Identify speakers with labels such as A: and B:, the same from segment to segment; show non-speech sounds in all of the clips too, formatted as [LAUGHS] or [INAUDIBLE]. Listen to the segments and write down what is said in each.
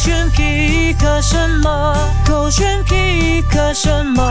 A: 选皮克什么？狗选皮克什么？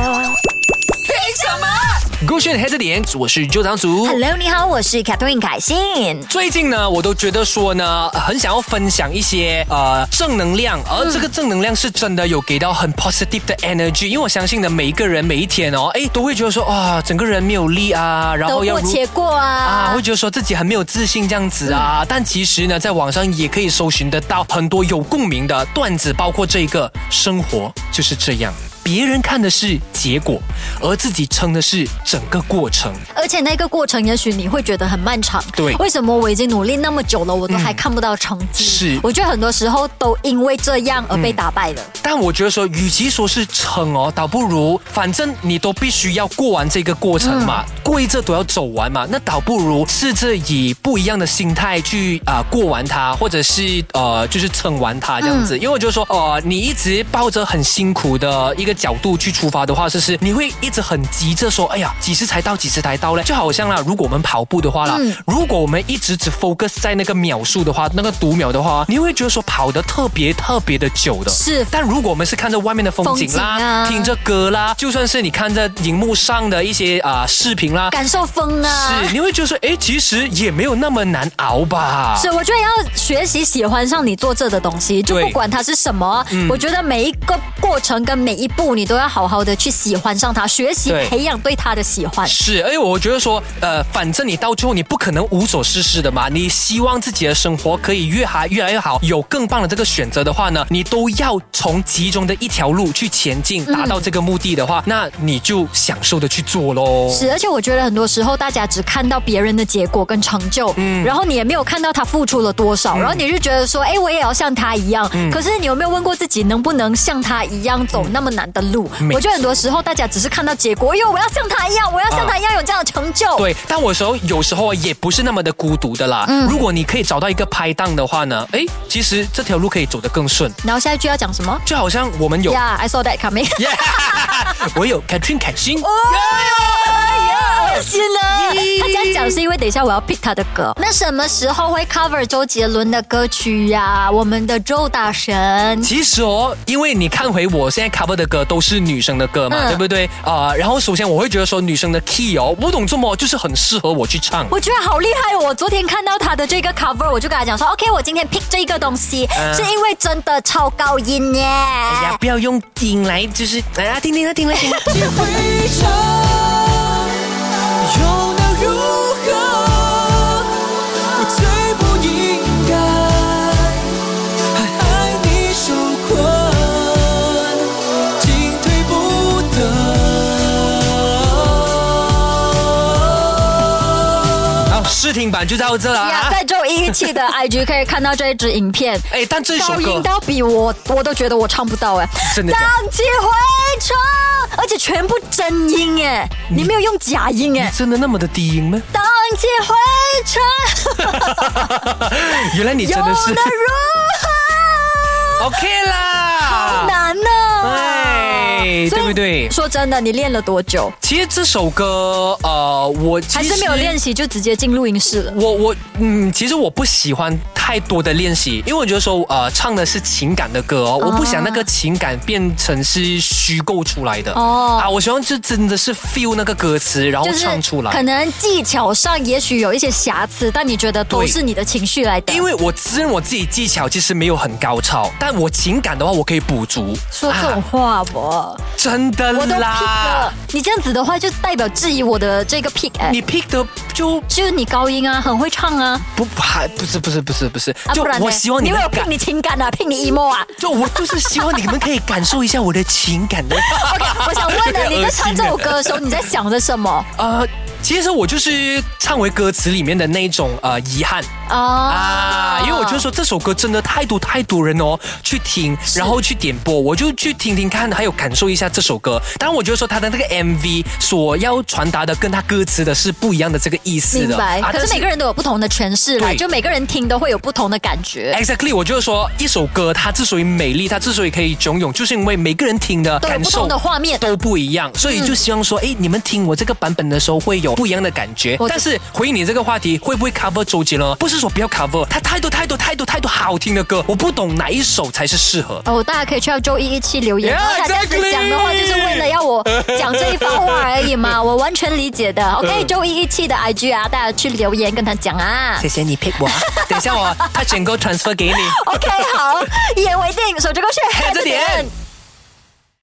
B: 勾选黑着点，我是邱长竹。
C: Hello，你好，我是 Catherine 凯欣。
B: 最近呢，我都觉得说呢，呃很想要分享一些呃正能量，而这个正能量是真的有给到很 positive 的 energy，因为我相信呢，每一个人每一天哦，哎，都会觉得说哇，整个人没有力啊，然后
C: 得
B: 要
C: 过
B: 如
C: 且过
B: 啊，
C: 啊嗯
B: 会，觉得说自己很没有自信这样子啊。但其实呢，在网上也可以搜寻得到很多有共鸣的段子，包括这个生活就是这样。别人看的是结果，而自己撑的是整个过程。
C: 而且那个过程，也许你会觉得很漫长。
B: 对嗯
C: 为什么我已经努力那么久了，我都还看不到成绩？
B: 是
C: 我觉得很多时候都因为这样而被打败了。
B: 但我觉得说，与其说是撑哦，倒不如反正你都必须要过完这个过程嘛，过一这都要走完嘛，那倒不如试着以不一样的心态去啊、呃过完它，或者是呃就是撑完它这样子。因为我就说，呃，你一直抱着很辛苦的一个角度去出发的话，就是你会一直很急着说，哎呀，几时才到，几时才到嘞？就好像啦，如果我们跑步的话啦，
C: 嗯
B: 如果我们一直只 focus 在那个秒数的话，那个读秒的话，你会觉得说跑得特别特别的久的。
C: 是
B: 但如果我们是看着外面的风景啦，
C: 风景啊
B: 听着歌啦，就算是你看着荧幕上的一些啊、视频啦，
C: 感受风啊。
B: 是你会觉得说，哎，其实也没有那么难熬吧？
C: 是，我觉得要学习喜欢上你做这的东西，就
B: 对嗯
C: 不管它是什么，我觉得每一个过程跟每一步，你都要好好的去喜欢上它，学习
B: 对
C: 培养对它的喜欢。
B: 是，而且我觉得说，呃，反正你到最后你不可能无所事事的嘛，你希望自己的生活可以越还越来越好，有更棒的这个选择的话呢，你都要从其中的一条路去前进，达到这个目的的话，那你就享受的去做喽。
C: 是，而且我觉得很多时候大家只看到别人的结果跟成就，
B: 嗯
C: 然后你也没有看到他付出了多少，然后你就觉得说，哎，我也要像他一样。
B: 嗯
C: 可是你有没有问过自己，能不能像他一样走那么难的路？
B: 没
C: 我觉得很多时候大家只是看到结果，因为我要像他一样，我要像他一
B: 啊
C: 样有这样的成就。
B: 对，但我有时候有时候啊也不是那么的孤独的啦。
C: 嗯
B: 如果你可以找到一个拍档的话呢，诶，其实这条路可以走得更顺。
C: 然后下一句要讲什么
B: 就好像我们有
C: ？Yeah, I saw that coming. 哦
B: [LAUGHS] Yeah，我有 Catherine 凯欣，
C: 哎呀，心了。他这样讲是因为等一下我要 pick 他的歌。那什么时候会 cover 周杰伦的歌曲呀、我们的周大神。
B: 其实哦，因为你看回我现在 cover 的歌都是女生的歌嘛，
C: 嗯
B: 对不对？啊、然后首先我会觉得说女生的 key 哦，不懂这么就是很适合我去唱。
C: 我觉得好厉害哦！我昨天看到他的这个 cover，我就跟他讲说，OK，我今天 pick 这个东西，
B: 嗯
C: 是因为真的超高音耶。
B: 哎呀，不要用顶来，就是哎呀，听听来听来听
C: [LAUGHS]
B: 来。
A: 只会唱，又能如何？我最不应该还爱你受困，进退不得。
B: 好，哦试听版就到这了
C: 呀，
B: 啊。
C: 在周一期
B: [LAUGHS]
C: 的 IG 可以看到这一支影片，
B: 哎，但这首
C: 高
B: 歌
C: 音到比我我都觉得我唱不到哎，
B: 真的假
C: 荡
B: 的
C: 气回肠，而且全部真音哎，你没有用假音哎，
B: 真的那么的低音吗？
C: 荡气回肠，
B: 原 [LAUGHS] 来你真
C: 又
B: 的
C: 能
B: 是
C: 如何？
B: OK 啦
C: 好。难哦，
B: 哎
C: 所以
B: 对不对
C: 说真的，你练了多久？
B: 其实这首歌，呃，我其
C: 还
B: 实
C: 是没有练习就直接进录音室了？
B: 我我嗯，其实我不喜欢太多的练习，因为我觉得说，呃，唱的是情感的歌哦，
C: 啊
B: 我不想那个情感变成是虚构出来的
C: 哦
B: 哦。啊，我希望就真的是 feel 那个歌词，然后
C: 就是
B: 唱出来。
C: 可能技巧上也许有一些瑕疵，但你觉得都
B: 对
C: 是你的情绪来的。
B: 因为我自认我自己技巧其实没有很高超，但我情感的话我可以补足。
C: 说这种
B: 啊
C: 话我、
B: 真的
C: 我都 pick 了
B: 啦，，
C: 你这样子的话就代表质疑我的这个 pick 哎、
B: 你 pick 的就
C: 就是你高音啊，很会唱啊，
B: 不还不是不是不是不是，
C: 啊
B: 就
C: 不然呢
B: 我希望你
C: 因
B: 们
C: 为我
B: 感
C: pick 你情感啊，pick 你 emo
B: [LAUGHS]
C: 啊。
B: 就我就是希望你们可以感受一下我的情感的。
C: OK，我想问的，
B: 有点
C: 你在唱
B: 恶
C: 这
B: 心
C: 首歌的时候，你在想着什么
B: [LAUGHS] 呃，其实我就是唱回歌词里面的那一种呃遗憾
C: 哦
B: 啊，因为我就说这首歌真的太多太多人哦去听，然后去点播，我就去听听看，还有感受一下这首歌。当然，我觉得说他的那个 MV 所要传达的跟他歌词的是不一样的这个意思
C: 明
B: 的。啊
C: 白，可
B: 但
C: 是每个人都有不同的诠释啦，
B: 对哎
C: 就每个人听都会有不同的感觉。
B: Exactly，我就是说，一首歌它之所以美丽，它之所以可以隽永，就是因为每个人听的
C: 都有
B: 感
C: 不
B: 受
C: 同的画面
B: 嗯都不一样，所以就希望说，哎、你们听我这个版本的时候会有有不一样的感觉
C: 我。
B: 但是回应你这个话题，会不会 cover 周杰伦呢？不是说不要 cover，他太多太多太多太多好听的歌，我不懂哪一首才是适合。
C: 哦，大家可以去到周一一期留言。
B: Yeah，
C: 然后他这样子讲的话，
B: exactly
C: 就是为了要我讲这一番话而已嘛，我完全理解的。OK，周
B: 嗯
C: 一一期的 IG 啊，大家去留言跟他讲啊。
B: 谢谢你 pick [LAUGHS] 我啊，等一下我他选歌 transfer 给你。
C: OK，好，一言为定，守着歌曲，
B: 看着点。